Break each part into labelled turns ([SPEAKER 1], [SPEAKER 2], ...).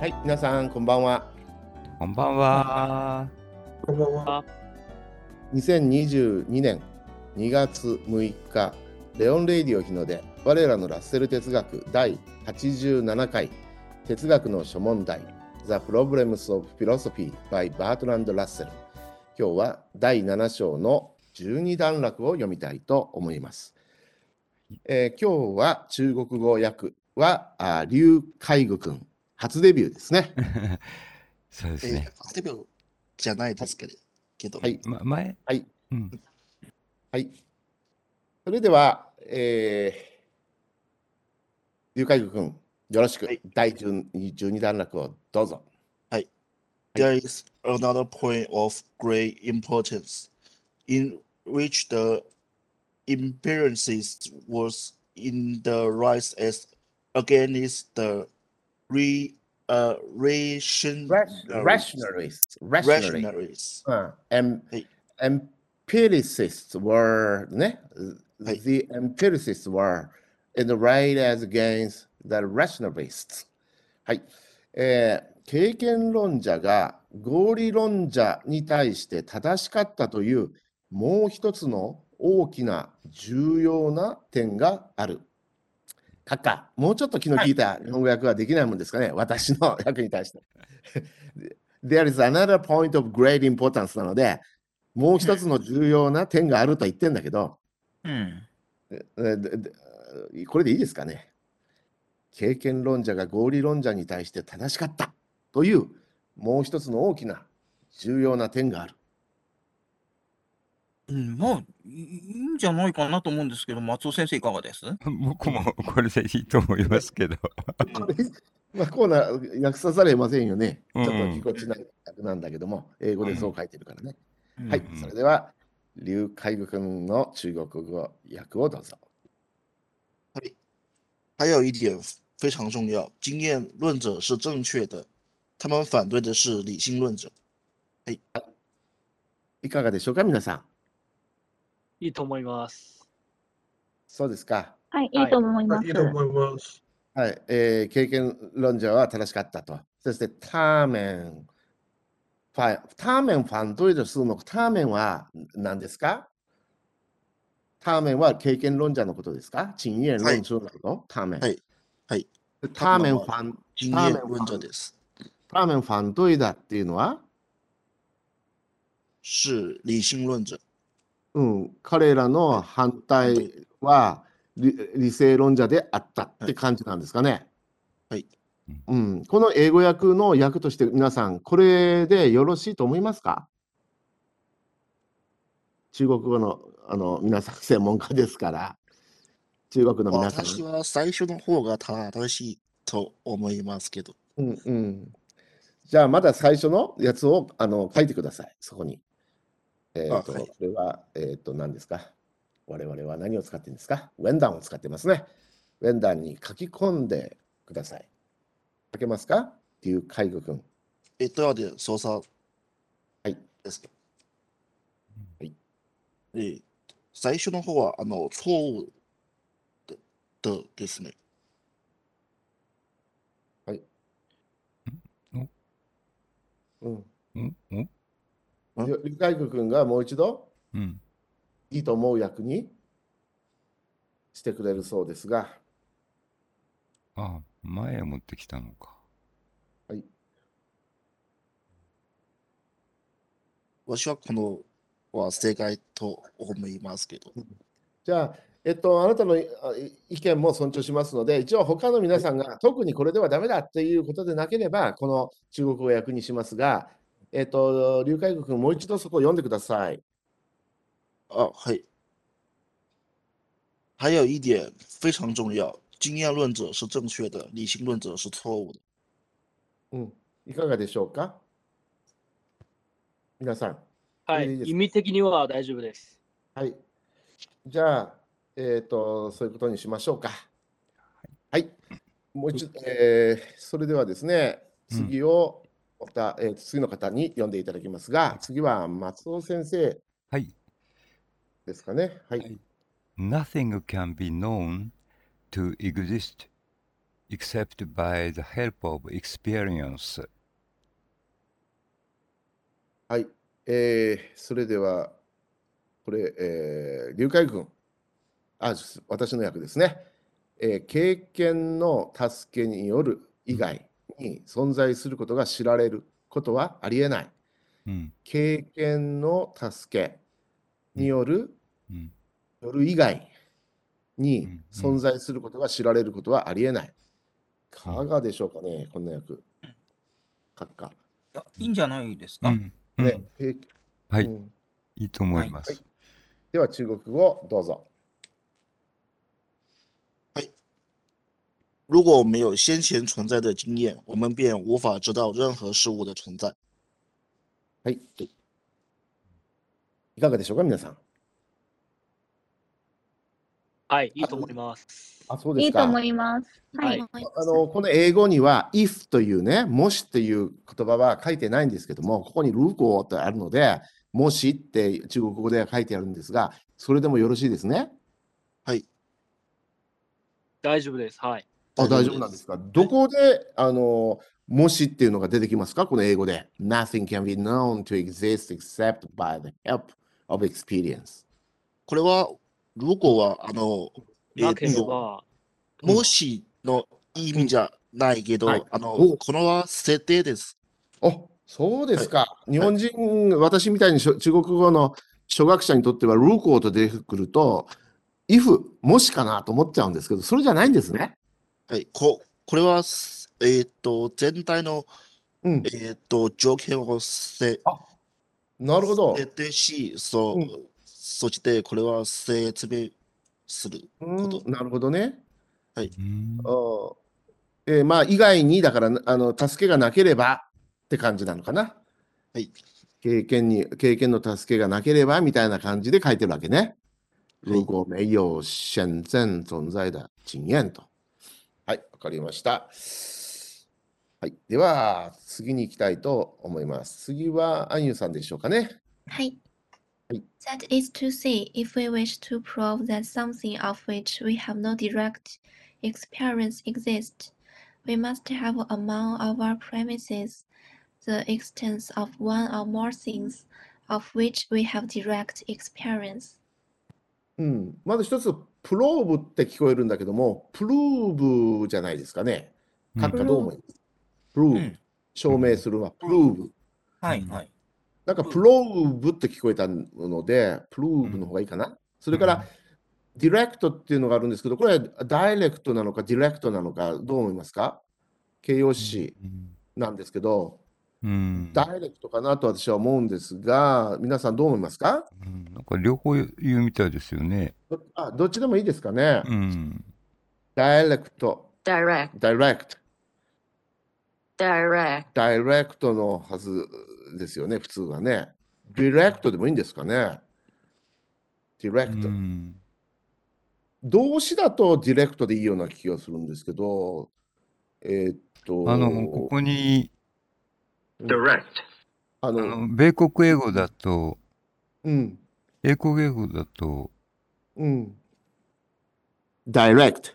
[SPEAKER 1] はい、皆さん、こんばんは。
[SPEAKER 2] こんばん は。
[SPEAKER 3] こんばんは。
[SPEAKER 1] 2022年2月6日、レオン・レイディオ日の出、我らのラッセル哲学第87回、哲学の諸問題、The Problems of Philosophy by Bertrand Russell。今日は第7章の12段落を読みたいと思います。えー今日は中国語訳は、あ劉海愚君、初デビューですね。
[SPEAKER 2] そうです
[SPEAKER 3] え
[SPEAKER 2] ね。
[SPEAKER 3] ー、8秒じゃないですけど、けど、
[SPEAKER 1] はい
[SPEAKER 2] ま、前
[SPEAKER 1] はい。
[SPEAKER 2] うん。
[SPEAKER 1] はい。それでは、えー、劉海君、よろしく、
[SPEAKER 3] はい
[SPEAKER 1] 第10 12段落をどうぞ。
[SPEAKER 3] There is another point of great importance in which the imperances was in the rise as against the re, uh, ration, uh,
[SPEAKER 1] Rationalists. Rationalists.
[SPEAKER 3] rationalists.
[SPEAKER 1] うん em-
[SPEAKER 3] はい
[SPEAKER 1] empiricists were ね、
[SPEAKER 3] はい
[SPEAKER 1] the empiricists were in the right as against the rationalists はい、えー経験論者が合理論者に対して正しかったというもう一つの大きな重要な点がある。カッカ、もうちょっと気の利いた日本語訳はできないもんですかね、私の訳に対して。There is another point of great importance なので、もう一つの重要な点があると言ってんだけど、
[SPEAKER 4] うん。
[SPEAKER 1] えででこれでいいですかね。経験論者が合理論者に対して正しかったという、もう一つの大きな重要な点がある。
[SPEAKER 4] うん、まあ、いいいんじゃないかなと思うんですけど、松尾先生いかがです
[SPEAKER 2] 僕もこれでいいと思いますけど。
[SPEAKER 1] まあ、コーナー訳さざれませんよね。ち
[SPEAKER 2] う
[SPEAKER 1] ょ
[SPEAKER 2] ん
[SPEAKER 1] っとぎこちない訳なんだけども、英語でそう書いてるからね。はい
[SPEAKER 2] うん、
[SPEAKER 1] それでは、劉海部君の中国語訳をどうぞ。
[SPEAKER 3] 还有一点非常重要，经验论者是正确的，他们反对的是理性论者。
[SPEAKER 1] いかがでしょうか、皆さん。
[SPEAKER 5] いいと思います。
[SPEAKER 1] そうですか。
[SPEAKER 6] はい、
[SPEAKER 5] はい
[SPEAKER 6] いいと思います。
[SPEAKER 7] いいと思います。
[SPEAKER 1] はい、えー経験論者は正しかったと。そして、ターメン。ファターメンファンドイドするの、ターメンは何ですかターメンは経験論者のことですかチンエン論者のこと、ターメン。
[SPEAKER 3] はいはい
[SPEAKER 1] で。ターメンファン、
[SPEAKER 3] 经
[SPEAKER 1] 他
[SPEAKER 3] 验
[SPEAKER 1] 们
[SPEAKER 3] 论者
[SPEAKER 1] 反
[SPEAKER 3] 的是
[SPEAKER 1] ターメンファンドイダっていうのは、
[SPEAKER 3] 是理性论者，
[SPEAKER 1] うん、彼らの反対は理理性論者であったって感じなんですかね。
[SPEAKER 3] はい。
[SPEAKER 1] うん、この英語訳の訳として皆さん、これでよろしいと思いますか中国語のあの皆さん、専門家ですから、中国の皆さん。
[SPEAKER 3] 私は最初の方が正しいと思いますけど、
[SPEAKER 1] うんうん、じゃあ、まだ最初のやつをあの書いてください、そこに。えーと、
[SPEAKER 3] はい
[SPEAKER 1] これは、えーと、何ですか我々は何を使ってるんですかウェンダンを使ってますね。ウェンダンに書き込んでください。書けますかっていう海軍君。
[SPEAKER 3] え都要点说说。
[SPEAKER 1] は
[SPEAKER 3] 哎
[SPEAKER 1] い。
[SPEAKER 3] ですか
[SPEAKER 1] はい。
[SPEAKER 3] え、最初の方はあの錯誤的的ですね。
[SPEAKER 1] うん。
[SPEAKER 2] うんうん
[SPEAKER 3] ん
[SPEAKER 1] りゅ海軍君がもう一度
[SPEAKER 2] うん。
[SPEAKER 1] いいと思う役にしてくれるそうですが、
[SPEAKER 2] あ、前を持ってきたのか。
[SPEAKER 3] 私はこのは正解と思いますけど。
[SPEAKER 1] じゃあ、えっと、あなたのいあい意見も尊重しますので、一応他の皆さんが特にこれではダメだっていうことでなければ、この中国語を訳にしますが、えっと、劉海君、もう一度そこを読んでください。
[SPEAKER 3] 啊，嘿，还有一点非常重要，经验论者是正确的，理性论者是错误的。
[SPEAKER 1] うん、いかがでしょうか皆さん。
[SPEAKER 5] はい
[SPEAKER 1] いい
[SPEAKER 5] い。
[SPEAKER 1] ですか
[SPEAKER 5] 意味的には大丈夫です。
[SPEAKER 1] はい。じゃあ、えっと、そういうことにしましょうか。はい。もう一度、えーそれではですね、
[SPEAKER 2] うん
[SPEAKER 1] 次を、また、えー次の方に読んでいただきますが、次は松尾先生。
[SPEAKER 2] はい。
[SPEAKER 1] ですかね。はい。
[SPEAKER 2] はい Nothing can be known to exist except by the help of experience.
[SPEAKER 1] はい、えーそれでは、これ、えー、劉海軍、あ、す私の役ですね、えー経験の助けによる以外に存在することが知られることはありえない。
[SPEAKER 2] うん、
[SPEAKER 1] 経験の助けによる、
[SPEAKER 2] うん、
[SPEAKER 1] よる以外
[SPEAKER 2] う
[SPEAKER 1] に
[SPEAKER 2] んうん
[SPEAKER 1] 存在することが知られることはありえない。かがでしょうかね、こんな役。かっか。
[SPEAKER 4] いやいいんじゃないです
[SPEAKER 2] う
[SPEAKER 4] か。
[SPEAKER 2] ん、うん
[SPEAKER 1] ね、経
[SPEAKER 2] はい
[SPEAKER 1] うん
[SPEAKER 2] いいと思います。
[SPEAKER 1] はいでは中国語どうぞ。
[SPEAKER 3] 如果没有先前存在的经验，我们便无法知道任何事物的存在。
[SPEAKER 1] はい。いかがでしょうか、皆さん。
[SPEAKER 5] はい、いいと思います。
[SPEAKER 1] あ、そうで
[SPEAKER 6] い
[SPEAKER 1] す
[SPEAKER 6] い
[SPEAKER 1] か。
[SPEAKER 6] と思います。はい。
[SPEAKER 1] あのこの英語には if というね、もしという言葉は書いてないんですけども、ここにルコーとあるので、もしって中国語では書いてあるんですが、それでもよろしいですね。
[SPEAKER 5] 大丈夫です。はい。
[SPEAKER 1] あ、大丈夫なんですか。どこで、あの、もしっていうのが出てきますかこの英語で。Nothing can be known to exist except by the help of experience.
[SPEAKER 3] これは、如果は、あの、え
[SPEAKER 5] なけれ
[SPEAKER 3] っと
[SPEAKER 5] ば、
[SPEAKER 3] もしの意味じゃないけど、
[SPEAKER 1] はい
[SPEAKER 3] あの、
[SPEAKER 1] お
[SPEAKER 3] このは設定です。
[SPEAKER 1] あ、そうですか。日本人、私みたいにしょ中国語の初学者にとっては、ルーコーと出てくると、if、もしかなと思っちゃうんですけど、それじゃないんですね。
[SPEAKER 3] はい、ここれは、すえっと、全体の、
[SPEAKER 1] うん。
[SPEAKER 3] えっと、条件をせ
[SPEAKER 1] なるほど。
[SPEAKER 3] 設定し、そ
[SPEAKER 1] う
[SPEAKER 3] う、
[SPEAKER 1] ん
[SPEAKER 3] そしてこれは説明する。
[SPEAKER 1] うんなるほどね。
[SPEAKER 2] うん
[SPEAKER 1] あーえーまあ、以外に、だから、あの、助けがなければって感じなのかな。
[SPEAKER 3] はい。
[SPEAKER 1] 経験に、経験の助けがなければみたいな感じで書いてるわけね。
[SPEAKER 3] はい
[SPEAKER 1] 如果没有现前存在的经验と。はい、わかりました。はい、では、次に行きたいと思います。次は、アンユさんでしょうかね。
[SPEAKER 6] はい
[SPEAKER 1] はい。
[SPEAKER 6] That is to say, if we wish to prove that something of which we have no direct experience exists, we must have among our premises the existence of one or more things of which we have direct experience.
[SPEAKER 1] うん、まず一つ、プローブって聞こえるんだけども、プルーブじゃないですかね。書くかどう思いますプルーブ、
[SPEAKER 4] うん
[SPEAKER 1] 証明するはプルーブ。
[SPEAKER 4] はいはい。
[SPEAKER 1] なんかプローブって聞こえたので、プルーブの方がいいかな。それから、ディレクトっていうのがあるんですけど、これはダイレクトなのかディレクトなのか、どう思いますか形容詞
[SPEAKER 2] うん
[SPEAKER 1] なんですけど、
[SPEAKER 2] うん
[SPEAKER 1] ダイレクトかなと私は思うんですが、皆さんどう思いますか
[SPEAKER 2] うんなんか両方言うみたいですよね。
[SPEAKER 1] どあどっちでもいいですかね。
[SPEAKER 2] うん、
[SPEAKER 1] ダイレクト、
[SPEAKER 7] direct,
[SPEAKER 1] ダイレクト。
[SPEAKER 7] direct,
[SPEAKER 1] ダイレクトのはずですよね、普通はね。ディレクトでもいいんですかね。ディレ
[SPEAKER 2] う
[SPEAKER 1] クト。
[SPEAKER 2] ん、
[SPEAKER 1] 動詞だとディレクトでいいような気がするんですけど、えーっと、
[SPEAKER 2] あのここに
[SPEAKER 1] direct。あ
[SPEAKER 2] あ
[SPEAKER 1] の、
[SPEAKER 2] の米国英語だと
[SPEAKER 1] うん、
[SPEAKER 2] 英国英語だと
[SPEAKER 1] うん。ダイレクト。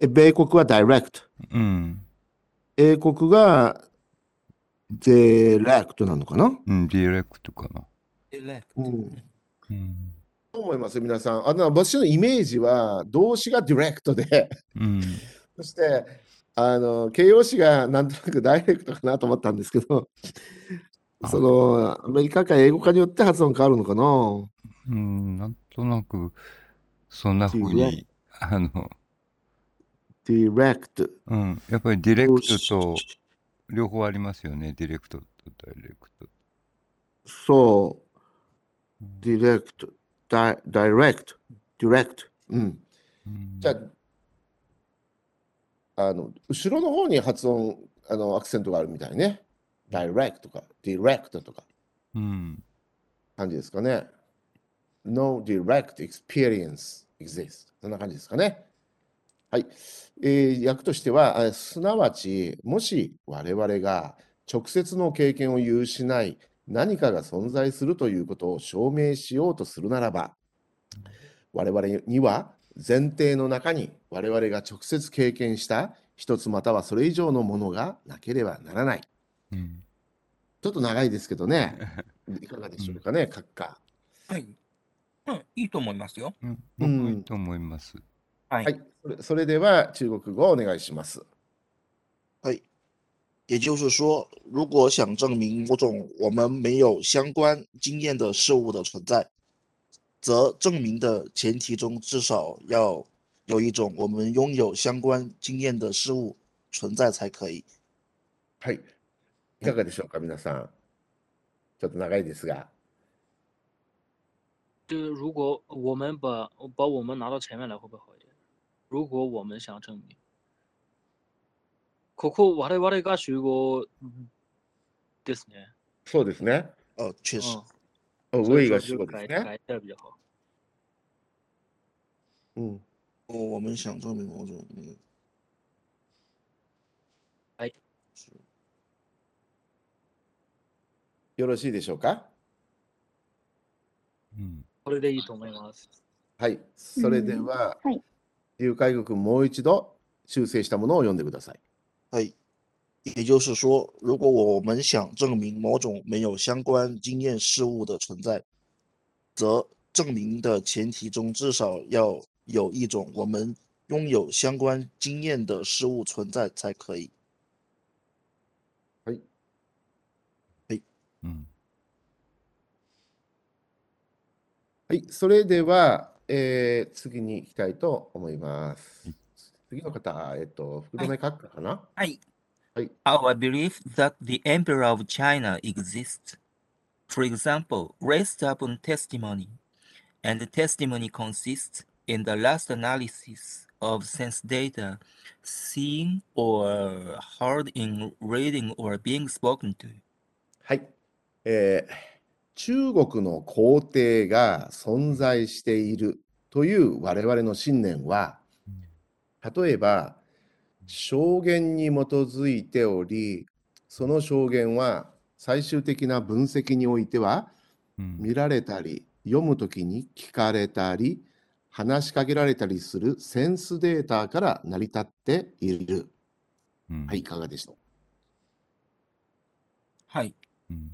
[SPEAKER 1] え米国はダイレクト。
[SPEAKER 2] うん、
[SPEAKER 1] 英国がディレクトなのかな
[SPEAKER 2] うん、ディレクトかな。
[SPEAKER 1] うん。
[SPEAKER 2] うん
[SPEAKER 1] どう思います皆さん。あの私のイメージは動詞がディレクトで、
[SPEAKER 2] うん
[SPEAKER 1] そして、あの、形容詞がなんとなくダイレクトかなと思ったんですけど、
[SPEAKER 2] あ
[SPEAKER 1] その、アメリカか英語かによって発音変わるのかな
[SPEAKER 2] うん、なんとなくそんな風にあの、
[SPEAKER 1] ディレクト。
[SPEAKER 2] うん、やっぱりディレクトと両方ありますよね。ディレクトとダイレクト。
[SPEAKER 1] そう。
[SPEAKER 2] うん
[SPEAKER 1] ディレクト。ダイダイレクト。ディレクト。うん。
[SPEAKER 2] うん
[SPEAKER 1] じゃあ、あの、後ろの方に発音、あの、アクセントがあるみたいね。ダイレクトとか、ディレクトとか、
[SPEAKER 2] うん、
[SPEAKER 1] 感じですかね。No direct experience exists. そんな感じですかね。はい。えー訳としては、あすなわち、もし我々が直接の経験を有しない何かが存在するということを証明しようとするならば、我々には前提の中に我々が直接経験した一つまたはそれ以上のものがなければならない。
[SPEAKER 2] うん。
[SPEAKER 1] ちょっと長いですけどね。いかがでしょうかね、閣下。
[SPEAKER 4] はい。うん、いいと思いますよ。
[SPEAKER 2] うん
[SPEAKER 1] うん
[SPEAKER 2] 僕はいいと思います。
[SPEAKER 4] はい。
[SPEAKER 1] はい、それそれでは中国語をお願いします。
[SPEAKER 3] 也就是说，如果想证明某种我们没有相关经验的事物的存在，则证明的前提中至少要有一种我们拥有相关经验的事物存在才可以。
[SPEAKER 1] はい。いかがでしょうか、皆さん。ちょっと長いですが。
[SPEAKER 5] 就是如果我们把把我们拿到前面来，会不会好一点？如果我们想证明，ここ我々が集合ですね。
[SPEAKER 1] そうですね。
[SPEAKER 3] 哦，确实，
[SPEAKER 5] 嗯，
[SPEAKER 1] お
[SPEAKER 5] 所以
[SPEAKER 1] 上
[SPEAKER 5] 说
[SPEAKER 1] が主
[SPEAKER 5] 就
[SPEAKER 1] 語で
[SPEAKER 5] 改
[SPEAKER 1] す
[SPEAKER 5] 改
[SPEAKER 1] ね。
[SPEAKER 5] 一下比较好。
[SPEAKER 1] うん。
[SPEAKER 3] 哦，我们想证明某种，嗯，
[SPEAKER 1] よろしいでしょうか
[SPEAKER 2] うん。
[SPEAKER 5] これでいいと思います。
[SPEAKER 1] はい。それでは、
[SPEAKER 7] はい
[SPEAKER 1] 劉海国もう一度修正したものを読んでください。
[SPEAKER 3] 哎，也就是说，如果我们想证明某种没有相关经验事物的存在，则证明的前提中至少要有一种我们拥有相关经验的事物存在才可以。
[SPEAKER 2] うん。
[SPEAKER 1] はい。それでは、えー次に行きたいと思います
[SPEAKER 2] はい。
[SPEAKER 1] 次の方、えっと、福留閣下かな、
[SPEAKER 4] はい。
[SPEAKER 1] はい
[SPEAKER 4] Our belief that the emperor of China exists, for example, rests upon testimony, and the testimony consists, in the last analysis, of sense data seen or heard in reading or being spoken to.
[SPEAKER 1] はい、えー中国の皇帝が存在しているという我々の信念は
[SPEAKER 2] うん
[SPEAKER 1] 例えば証言に基づいておりその証言は最終的な分析においては
[SPEAKER 2] うん
[SPEAKER 1] 見られたり読むときに聞かれたり話しかけられたりするセンスデータから成り立っている。
[SPEAKER 2] うん
[SPEAKER 1] はい、いかがでしょう
[SPEAKER 4] はい。
[SPEAKER 2] うん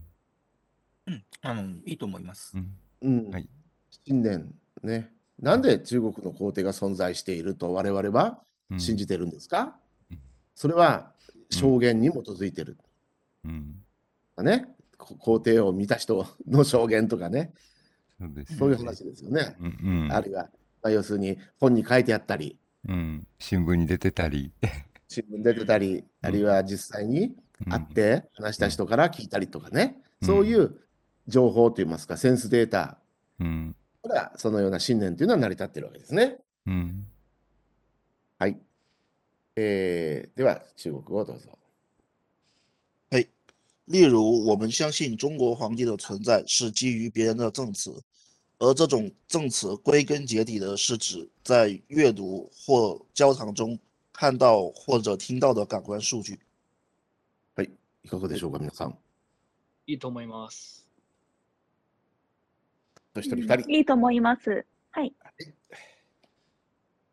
[SPEAKER 4] うん。あの、いいと思います
[SPEAKER 2] う。ん
[SPEAKER 1] うん
[SPEAKER 2] はい
[SPEAKER 1] 信念ね。なんで中国の皇帝が存在していると我々は
[SPEAKER 2] うん
[SPEAKER 1] 信じてるんですか、
[SPEAKER 2] うん
[SPEAKER 1] それは証言に基づいてる、
[SPEAKER 2] うん
[SPEAKER 1] ね。こ皇帝を見た人の証言とかね、
[SPEAKER 2] そうですね
[SPEAKER 1] そういう話ですよね。
[SPEAKER 2] うんうん
[SPEAKER 1] あるいは、まあ、要するに本に書いてあったり、
[SPEAKER 2] うん新聞に出てたり
[SPEAKER 1] 新聞出てたり、あるいは実際に
[SPEAKER 2] うん
[SPEAKER 1] 会って話した人から聞いたりとかね、
[SPEAKER 2] うん
[SPEAKER 1] そういう情報といいますか、センスデータ
[SPEAKER 2] うん
[SPEAKER 1] からそのような信念というのは成り立ってるわけですね。
[SPEAKER 2] うん
[SPEAKER 1] はい。えーでは、中国語をどうぞ。
[SPEAKER 3] 例如，我们相信中国皇帝的存在是基于别人的证词，而这种证词归根结底的是指在阅读或交谈中看到或者听到的感官数据。
[SPEAKER 1] いかがでしょうか、皆さん。
[SPEAKER 5] いいと思います。
[SPEAKER 1] 一人二人。
[SPEAKER 7] いいと思います。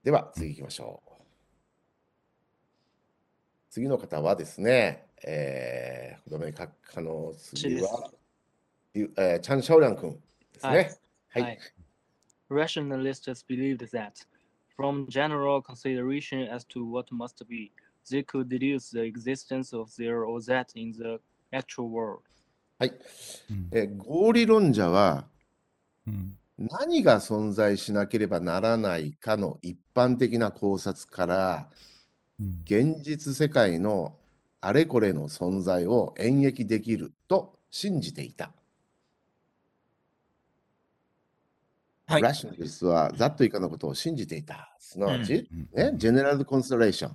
[SPEAKER 1] では、次行きましょう。次の方はですね、えー、福留閣下の次は、ゆえー、チャン・シャオラン君ですね。はい。
[SPEAKER 5] はい Rationalists believed that, from general consideration as to what must be, they could deduce the existence of there or that in the actual world.
[SPEAKER 1] はい
[SPEAKER 2] うん
[SPEAKER 1] えー合理論者は、
[SPEAKER 2] うん
[SPEAKER 1] 何が存在しなければならないかの一般的な考察から、
[SPEAKER 2] うん
[SPEAKER 1] 現実世界のあれこれの存在を演繹できると信じていた。
[SPEAKER 4] はい
[SPEAKER 1] ラショナリストはざっと以下のことを信じていた。すなわち、
[SPEAKER 2] うん
[SPEAKER 1] ね、General Consideration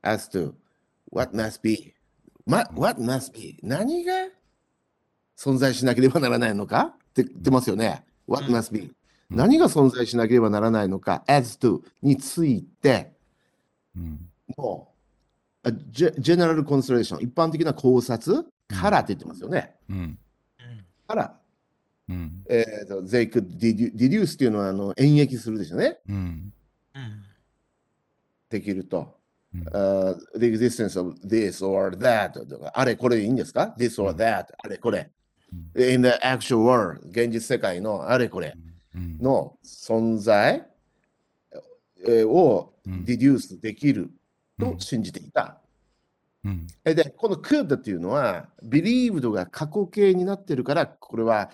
[SPEAKER 1] as to what must be、ま、what must be 何が存在しなければならないのかって言ってますよね。What must be
[SPEAKER 2] うん
[SPEAKER 1] 何が存在しなければならないのか as to について
[SPEAKER 2] うん
[SPEAKER 1] もう、あジェジェネラルコンストレーション、一般的な考察からって言ってますよね。
[SPEAKER 2] うん
[SPEAKER 4] うん。
[SPEAKER 1] から、
[SPEAKER 2] うん
[SPEAKER 1] えーと、they could dedu- deduce っていうのはあの演繹するでしょうね。
[SPEAKER 2] うん
[SPEAKER 1] できると、
[SPEAKER 2] うん
[SPEAKER 1] uh, the existence of this or that とかあれこれでいいんですか ?this or
[SPEAKER 2] うん
[SPEAKER 1] that あれこれ
[SPEAKER 2] うん。
[SPEAKER 1] in the actual world 現実世界のあれこれ
[SPEAKER 2] うん
[SPEAKER 1] の存在えーを
[SPEAKER 2] うん
[SPEAKER 1] deduce できる
[SPEAKER 2] う
[SPEAKER 1] と
[SPEAKER 2] ん
[SPEAKER 1] 信じていた。
[SPEAKER 2] うん
[SPEAKER 1] えで、この could っていうのは believed が過去形になってるから、これは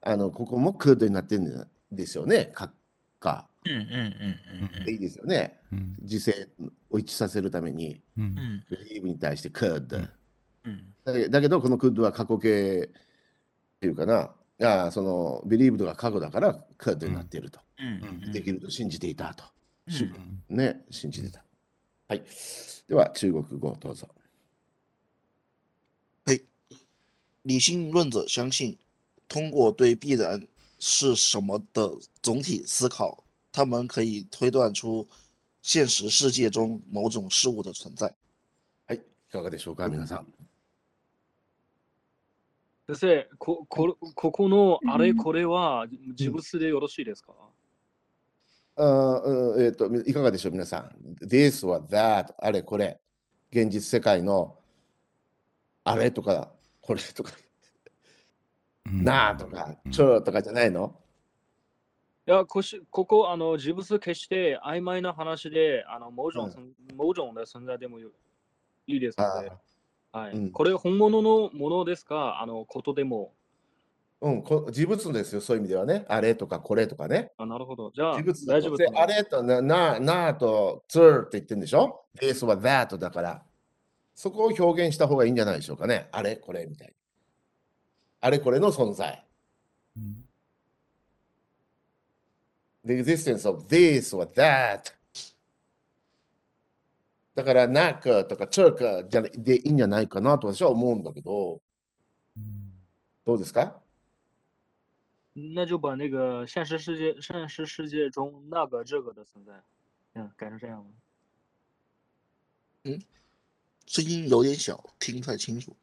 [SPEAKER 1] あのここも could になってるんですよね。かか
[SPEAKER 4] うんうんうんうん
[SPEAKER 1] でいいですよね。
[SPEAKER 2] うん
[SPEAKER 1] 時勢を一致させるために、
[SPEAKER 2] うん
[SPEAKER 4] うん
[SPEAKER 1] believe に対して could、
[SPEAKER 2] うん
[SPEAKER 4] うん
[SPEAKER 1] だけだけど、この could は過去形っていうかな、あーその believed が過去だから could になっていると、
[SPEAKER 4] うんうんうん
[SPEAKER 1] できると信じていたと。
[SPEAKER 4] うん
[SPEAKER 1] ね、信じてた。はい。では、中国語どうぞ。
[SPEAKER 3] 理性论者相信，通过对必然是什么的总体思考，他们可以推断出现实世界中某种事物的存在。
[SPEAKER 1] はい。いかがでしょうか、皆さん。
[SPEAKER 5] 先生、ここここのあれこれは自物でよろしいですか、
[SPEAKER 1] あーうんえっ、と、みいかがでしょう、皆さん。This or that、あれこれ。現実世界のあれとか、これとか、
[SPEAKER 2] うん
[SPEAKER 1] なあとか
[SPEAKER 2] う、ん
[SPEAKER 1] ちょとかじゃないの
[SPEAKER 5] いやこしここあの自物決して曖昧な話であの某
[SPEAKER 1] う
[SPEAKER 5] 種
[SPEAKER 1] ん
[SPEAKER 5] 存、某種の存在でもよいいですので、はい
[SPEAKER 1] うん
[SPEAKER 5] これ本物のものですかあのことでも
[SPEAKER 1] うん、こ自物ですよ、そういう意味ではね。あれとかこれとかね。
[SPEAKER 5] あなるほどじゃあ
[SPEAKER 1] 自物だ
[SPEAKER 5] 大
[SPEAKER 1] と
[SPEAKER 5] 丈夫
[SPEAKER 1] で
[SPEAKER 5] です
[SPEAKER 1] あれとな、なあ、なあと、つーって言ってるんでしょ ?This or that だから。そこを表現した方がいいんじゃないでしょうかね。あれこれみたいな。あれこれの存在。
[SPEAKER 2] うん
[SPEAKER 1] The existence of this or that. だから、なくとか、ちょくじゃなでいいんじゃないかなと私は思うんだけど、どうですか
[SPEAKER 5] 那就把那个现实世界、现实世界中那个这个的存在，嗯，改成这样了。
[SPEAKER 3] 声音有点小，听不太清楚。哦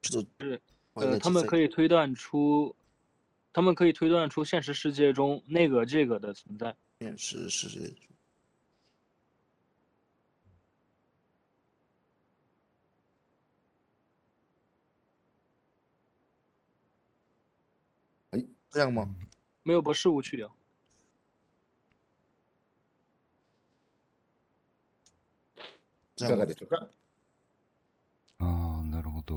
[SPEAKER 3] 就是
[SPEAKER 5] 是
[SPEAKER 3] 我应该
[SPEAKER 5] 呃，他
[SPEAKER 3] 几
[SPEAKER 5] 们
[SPEAKER 3] 岁
[SPEAKER 5] 可以推断出，他们可以推断出现实世界中那个这个的存在。
[SPEAKER 3] 现实世界中
[SPEAKER 1] 哎
[SPEAKER 3] 这样吗？
[SPEAKER 5] 没有把事物去掉。
[SPEAKER 1] い
[SPEAKER 3] 这
[SPEAKER 1] か
[SPEAKER 3] 样
[SPEAKER 1] が
[SPEAKER 3] 吗？
[SPEAKER 1] でしょうか
[SPEAKER 2] ああ、なるほど。